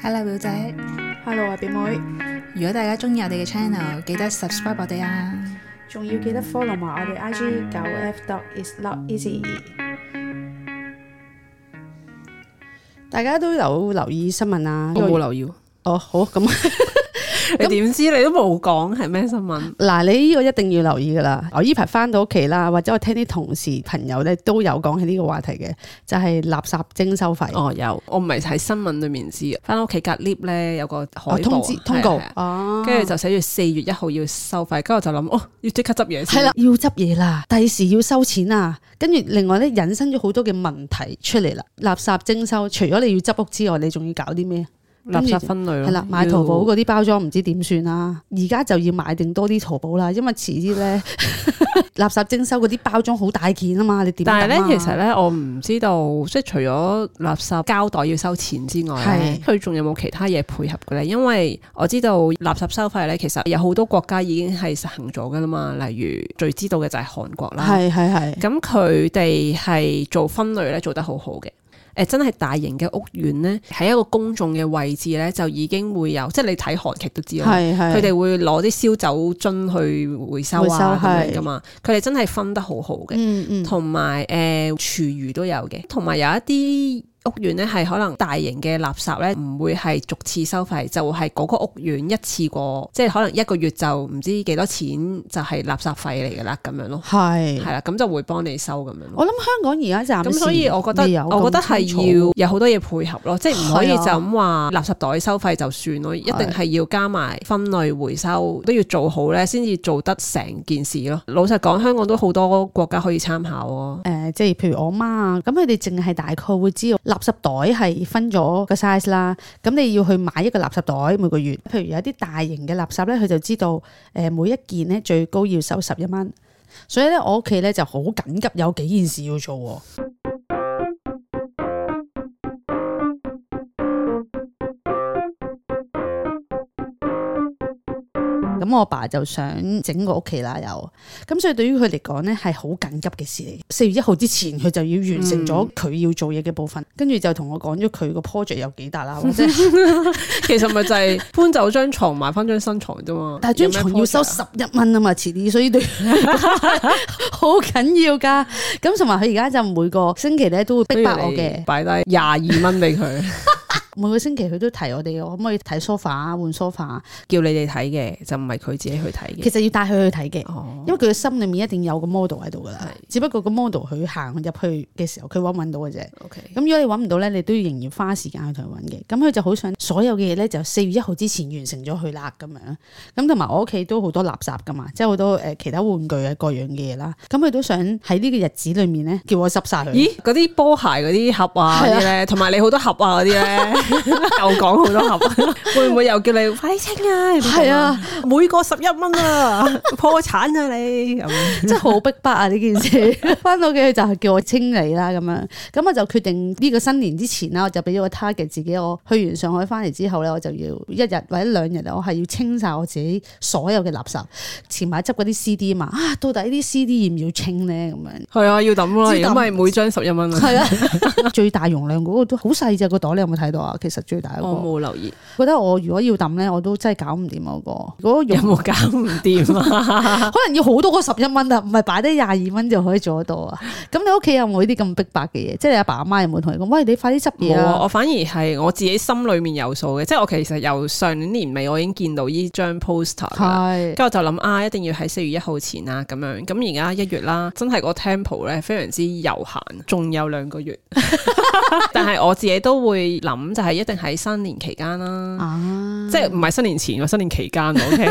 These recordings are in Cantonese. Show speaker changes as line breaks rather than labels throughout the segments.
Hello 表姐，
Hello 啊，表妹，
如果大家中意我哋嘅 channel，記得 subscribe 我哋啊！
仲要記得 follow 埋我哋 IG 九 F dot is not easy。大家都有留意新聞啊？因為
留意。
哦，好咁
你點知？你都冇講係咩新聞？
嗱，你呢個一定要留意噶啦。我依排翻到屋企啦，或者我聽啲同事朋友咧都有講起呢個話題嘅，就係、垃圾徵收費。
哦，有，我唔係喺新聞裏面知，翻屋企隔 lift 咧有個海報
哦通知通告
係啊
哦
係啊跟住就寫住四月一號要收費，跟住我就諗，哦，要即刻執嘢
係
先。
啦，要執嘢啦，第時要收錢啊，跟住另外咧引申咗好多嘅問題出嚟啦。垃圾徵收，除咗你要執屋之外，你仲要搞啲咩？
垃圾分類咯，
係啦，買
要
淘寶嗰啲包裝唔知點算啦，而家就要買定多啲淘寶啦，因為遲啲咧 垃圾徵收嗰啲包裝好大件啊嘛，你點抌啊？
但係咧，其實咧，我唔知道，即係除咗垃圾膠袋要收錢之外咧，佢仲有冇其他嘢配合嘅咧？因為我知道垃圾收費咧，其實有好多國家已經係實行咗噶啦嘛，例如最知道嘅就係韓國啦。
係係係，
咁佢哋係做分類咧，做得好好嘅。誒真係大型嘅屋苑咧，喺一個公眾嘅位置咧，就已經會有，即係你睇韓劇都知啦。
係係
佢哋會攞啲燒酒樽去回收
回收
啊咁
係
樣噶嘛，佢哋真係分得好好嘅。
嗯嗯
同埋誒廚餘都有嘅，同埋有一啲屋苑咧係可能大型嘅垃圾咧唔會係逐次收費，就係、嗰個屋苑一次過，即係可能一個月就唔知幾多錢就係垃圾費嚟㗎啦咁樣咯，
係
係。啦，咁就會幫你收咁樣咯。
嗯我諗香港而家暫時
咁所以我覺得
未有，咁
我覺得係
清楚
要有好多嘢配合咯，即係唔可以
係
就
啊
咁話垃圾袋收費就算咯，一定係要加埋分類回收都要做好咧，先至做得成件事咯。老實講，香港都好多國家可以參考咯。
誒、呃即係譬如我媽啊，咁佢哋淨係大概會知道垃圾袋係分咗個 size 啦。咁你要去買一個垃圾袋每個月，譬如有啲大型嘅垃圾咧，佢就知道誒、呃每一件咧最高要收十一蚊。所以咧，我屋企咧就好緊急，有幾件事要做喎。咁我爸就想整個屋企啦，又咁所以對於佢嚟講呢，係好緊急嘅事嚟。四月一號之前佢就要完成咗佢要做嘢嘅部分，跟住、就同我講咗佢個 project 有幾大啦，或者
其實咪就係搬走張床，買翻張新床啫嘛。
但係張床要收
有咩 project 啊
十一蚊啊嘛，遲啲，所以對 佢嚟講好緊要㗎。咁同埋佢而家就每個星期咧都會逼
不
迫
如
我
你
嘅，
擺低廿二蚊俾佢，
每個星期佢都提我哋，我可唔可以睇 sofa 啊換 sofa 啊？
叫你哋睇嘅，就唔係佢自己去睇嘅。
其實要帶佢去睇嘅。
哦，
因為佢嘅心裏面一定有個 model 喺度㗎啦，只不過個 model 佢行入去嘅時候，佢揾唔揾到嘅啫。
OK，
咁如果你揾唔到咧，你都要仍然花時間去同佢揾嘅。咁佢就好想所有嘅嘢咧，就四月一號之前完成咗佢啦，咁樣。咁同埋我屋企都好多垃圾噶嘛，即係好多誒、呃其他玩具啊各樣嘅嘢啦。咁佢都想喺呢個日子裏面咧，叫我執晒佢。
咦，嗰啲波鞋嗰啲盒啊嗰啲咧，同埋你好多盒啊嗰啲咧， 又講好多盒， 會唔會又叫你快啲清啊？
係啊，
每個十一蚊啊， 破產啊你咁。
真係好逼迫啊！呢件事， 翻到屋企佢就係叫我清理啦，咁樣。咁啊我就決定呢個新年之前啦，我就俾咗個 target 自己，我去完上海翻嚟之後咧，我就要一日或者兩日，啊我係要清晒我自己所有嘅垃圾。前排執嗰啲 CD 嘛，啊，到底呢啲 CD 要唔要清咧？咁樣。
係啊，要抌咯，
知抌
咁咪每張十一蚊啊。
係啊，最大容量嗰個都好細隻個袋，你有冇睇到啊？其實最大嗰、
我
個，
冇留意，
覺得我如果要抌咧，我都真係搞唔掂嗰個。如果
有
用
冇搞唔掂 啊？
可能要好多個十一蚊啊，唔係擺低廿二蚊就可以做得到啊。咁你屋企有冇呢啲咁逼白嘅嘢？即係你阿爸阿媽有冇同你講，喂，你快啲執嘢
冇啊！
啊？
我反而係我自己心裏面有數嘅，即係我其實由上年年尾我已經見到呢張 poster 㗎啦。
係
跟住我就諗啊，一定要喺四月一號前啊，咁樣。咁而家一月啦，真係個 tempo 咧非常之悠閒，仲有兩個月。 但係我自己都會諗，就係一定喺新年期間啦，
啊，
即係唔係新年前喎，新年期間喎，OK？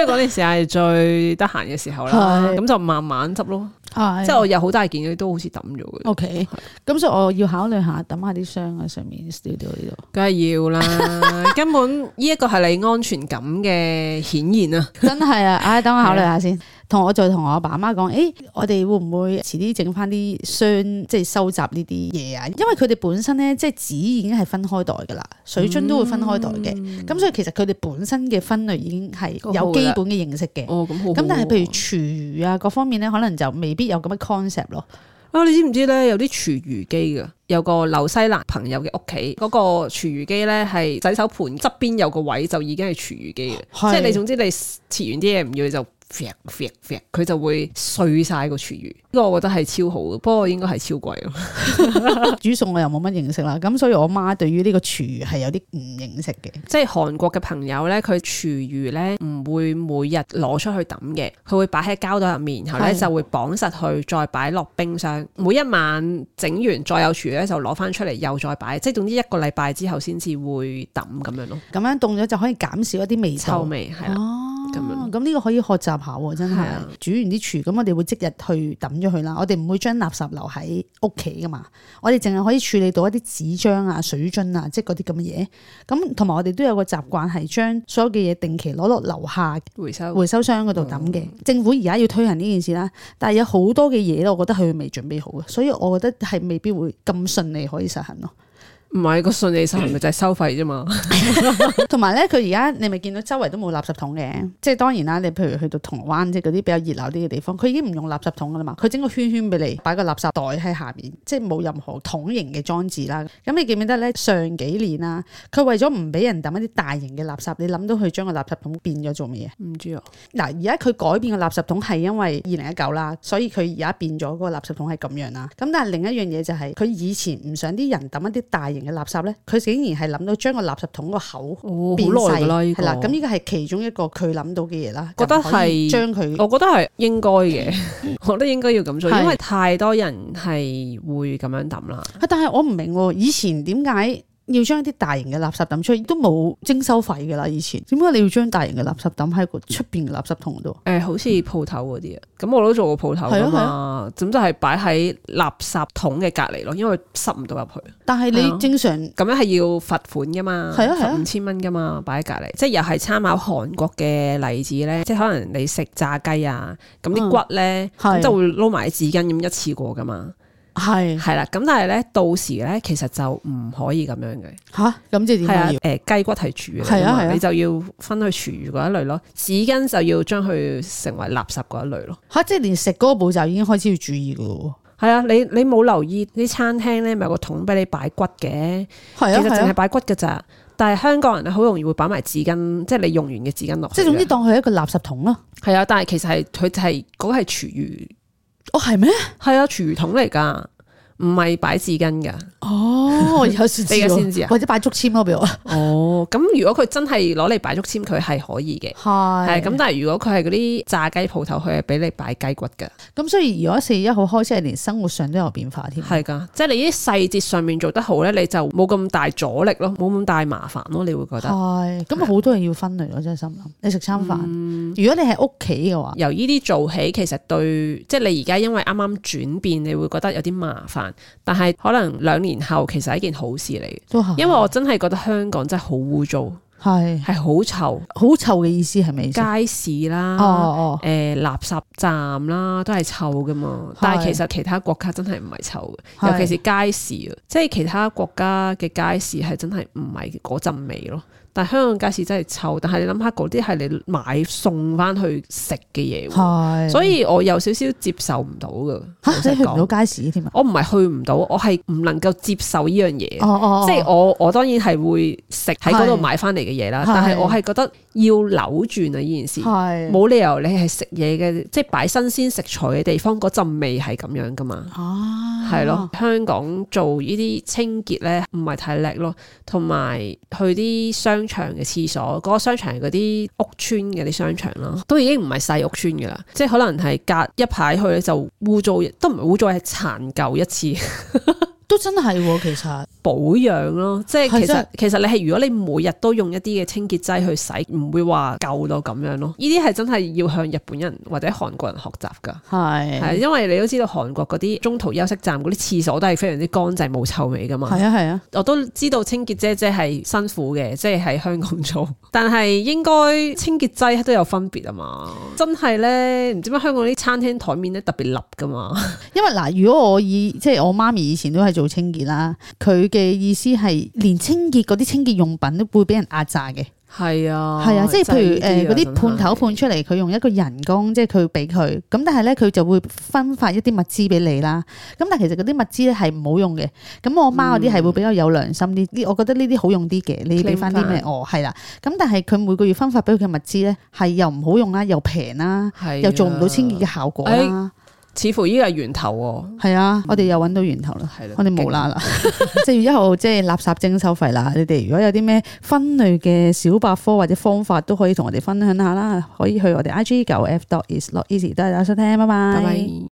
為嗰段時間係最得閒嘅時候啦，
係
咁就慢慢執咯。
係
即係我有好大件嘅都好似抌咗嘅，
O K，咁所以我要考慮下抌下啲箱喺上面 studio 呢度。
梗係要 啦。根本呢一個係你安全感嘅顯現啊！
真係啊！唉，等我考慮下先。同我再同我阿爸阿媽講，誒，我哋會唔會遲啲整翻啲箱，即係收集呢啲嘢啊？因為佢哋本身咧，即係紙已經係分開袋噶啦，水樽都會分開袋嘅。咁、所以其實佢哋本身嘅分類已經係有基本嘅認識嘅。
哦，咁好好喎。
咁但係譬如廚餘啊各方面咧，可能就未必有咁嘅 concept 咯。
啊，你知唔知咧？有啲廚餘機嘅，有個紐西蘭朋友嘅屋企嗰個廚餘機咧，係洗手盤側邊有個位就已經係廚餘機嘅，
係
即係你總之你切完啲嘢唔要你就。劈劈劈佢就會碎晒個廚餘，呢個我覺得係超好嘅，不過應該係超貴咯。
煮餸我又冇乜認識啦，咁所以我媽對於呢個廚餘係有啲唔認識嘅。
即係韓國嘅朋友咧，佢廚餘咧唔會每日攞出去抌嘅，佢會擺喺膠袋入面，然後咧
係
就會綁實佢，再擺落冰箱。每一晚整完再有廚餘咧，就攞翻出嚟又再擺，即係總之一個禮拜之後先至會抌咁樣咯，
咁樣凍咗就可以減少一啲味
臭
道。
味係啦。
哦，
咁樣
咁呢個可以學習下喎，真係
係啊
煮完啲廚，咁我哋會即日去抌咗佢啦。我哋唔會將垃圾留喺屋企噶嘛，我哋淨係可以處理到一啲紙張啊、水樽啊，即係嗰啲咁嘅嘢。咁同埋我哋都有個習慣係將所有嘅嘢定期攞落樓下
回收
回收箱嗰度抌嘅。政府而家要推行呢件事啦，但係有好多嘅嘢咧，我覺得佢未準備好嘅，所以我覺得係未必會咁順利可以實行咯。
唔係個順利收咪就係收費啫嘛，
同埋咧，佢而家你咪見到周圍都冇垃圾桶嘅，即係當然啦。你譬如去到銅鑼灣即係嗰啲比較熱鬧啲嘅地方，佢已經唔用垃圾桶噶啦嘛，佢整個圈圈俾你擺個垃圾袋喺下面，即係冇任何桶型嘅裝置啦。咁你記唔記得咧？上幾年啊，佢為咗唔俾人抌一啲大型嘅垃圾，你諗到佢將個垃圾桶變咗做乜嘢？
唔知啊。
嗱，而家佢改變個垃圾桶係因為二零一九啦，所以佢而家變咗嗰個垃圾桶係咁樣啦。咁但係另一樣嘢就係、佢以前唔想啲人抌一啲大型嘅垃圾咧，佢竟然係諗到將個垃圾桶個口。
哦，
變
好耐㗎啦，呢
細
個
係啦，咁呢個係其中一個佢諗到嘅嘢啦，
覺得
就可以
係
將佢
我覺得係應 該嘅，我覺得應該要咁做，
係
因為太多人係會咁樣抌啦。
啊但係我唔明喎，以前點解要將一啲大型嘅垃圾抌出去，都冇徵收費㗎啦？以前點解你要將大型嘅垃圾抌喺個出邊嘅垃圾桶度？
誒、好似鋪頭嗰啲啊，咁我都做過鋪頭
係
噶
啊係
嘛，咁就係擺喺垃圾桶嘅隔離咯，因為塞唔到入去，
但係
係
你
啊
正常
咁樣係要罰款噶嘛，
係啊係啊
罰五千蚊噶嘛，擺喺隔離，即係又係參考韓國嘅例子咧，即係可能你食炸雞啊，咁啲
嗯
骨咧，咁、
係
就會撈埋紙巾咁一次過噶嘛，
係
係啊啦，咁但係咧到時咧其實就唔可以咁樣嘅。
吓，咁即係點
係啊
啊？要，
誒雞骨係廚餘嚟
係
㗎
啊係
嘛，
啊
你就要分去廚餘嗰一類咯，紙巾就要將佢成為垃圾嗰一類咯。
吓，即係連食嗰個步驟已經開始要注意㗎咯
係啊，你你冇留意啲餐廳咧，咪有個桶俾你擺骨嘅，
喎。
其
係啊
實淨
係
係
啊，
擺骨嘅咋。但係香港人咧，好容易會擺埋紙巾，即係你用完嘅紙巾落去嘅。啊
即係總之當佢係一個垃圾桶啦。
係啊，但係其實係佢就係嗰個係廚餘，
哦，係咩？
係啊，廚餘桶嚟㗎，唔係擺紙巾㗎。
哦，有時知
你而家
喎
先知啊
或者擺竹籤咯俾我。
哦，咁如果佢真係攞嚟擺竹籤，佢係可以嘅。係
係
咁，但係如果佢係嗰啲炸雞鋪頭，佢係俾你擺雞骨㗎。
咁所以如果四月一號開始係連生活上都有變化添。
係噶，即係你啲細節上面做得好咧，你就冇咁大阻力咯，冇咁大麻煩咯，你會覺得。
係，咁啊好多人要分類咯，真係心諗。你食餐飯，
嗯
如果你係屋企嘅話，
由呢啲做起，其實對，即係你而家因為啱啱轉變，你會覺得有啲麻煩，但係可能兩年後其實係一件好事嚟嘅，
都係
因為我真係覺得香港真係好污糟，
係
係好臭，
好臭嘅意思係咪意思？
街市啦，
嗯哦哦，
誒、垃圾站啦，都係臭噶嘛。但係其實其他國家真係唔係臭嘅，
係
尤其是街市啊，即係其他國家嘅街市係真係唔係嗰陣味咯。但係香港街市真係臭，但係你諗下嗰啲係你買送翻去食嘅嘢喎，
係。
所以我有少少接受唔到噶。
嚇
老實
你去唔
講
到街市添啊？
我唔係去唔到，我係唔能夠接受呢樣嘢。
哦哦，
即係我我當然係會食喺嗰度
係
買翻嚟嘅嘢啦，
係
但係我係覺得要扭轉啊呢件事。
係
冇理由你係食嘢嘅，即係擺新鮮食材嘅地方嗰陣味係咁樣噶嘛。
啊，
係咯，香港做呢啲清潔咧唔係太叻咯，同埋去啲商場嘅廁所，嗰、個商場係嗰啲屋村嘅啲商場啦，都已經唔係細屋村噶啦，即係可能係隔一排去咧就污糟，都唔係污糟，係殘舊一次。
都真係喎，其實
保養咯，即係
係
其
真
實
係
其實你係如果你每日都用一啲嘅清潔劑去洗，唔會話舊到咁樣咯。呢啲係真係要向日本人或者韓國人學習㗎。
係
係，因為你都知道韓國嗰啲中途休息站嗰啲廁所都係非常之乾淨冇臭味噶嘛。
係啊係啊，
我都知道清潔姐姐係辛苦嘅，即係喺香港 做，但係應該清潔劑都有分別啊嘛。真係咧，唔知點解香港啲餐廳台面咧特別笠噶嘛。
因為嗱，如果我以即係我媽咪以前都係做清潔啦，佢嘅意思係連清潔嗰啲清潔用品都會俾人壓榨嘅。
係啊，
係啊，即係譬如誒
真係呢啊
嗰啲判頭
真係
判出嚟，佢用一個人工，即係佢俾佢，咁但係咧佢就會分發一啲物資俾你啦。咁但係其實嗰啲物資咧係唔好用嘅。咁我媽嗰啲係會比較有良心啲，呢我覺得呢啲好用啲嘅，你俾翻啲咩我係啦。咁但係佢每個月分發俾佢嘅物資咧，係又唔好用啦，啊又平啦，
係
又做唔到清潔
啊，
嘅效果啦。
似乎依個係源頭喎，
係啊，我哋又揾到源頭啦。
係啦，
我哋無啦啦， 四月一號即係垃圾徵收費啦。你哋如果有啲咩分類嘅小百科或者方法，都可以同我哋分享下啦。可以去我哋 I G 九 F dot is not easy。多謝大家收聽，拜
勁，拜拜。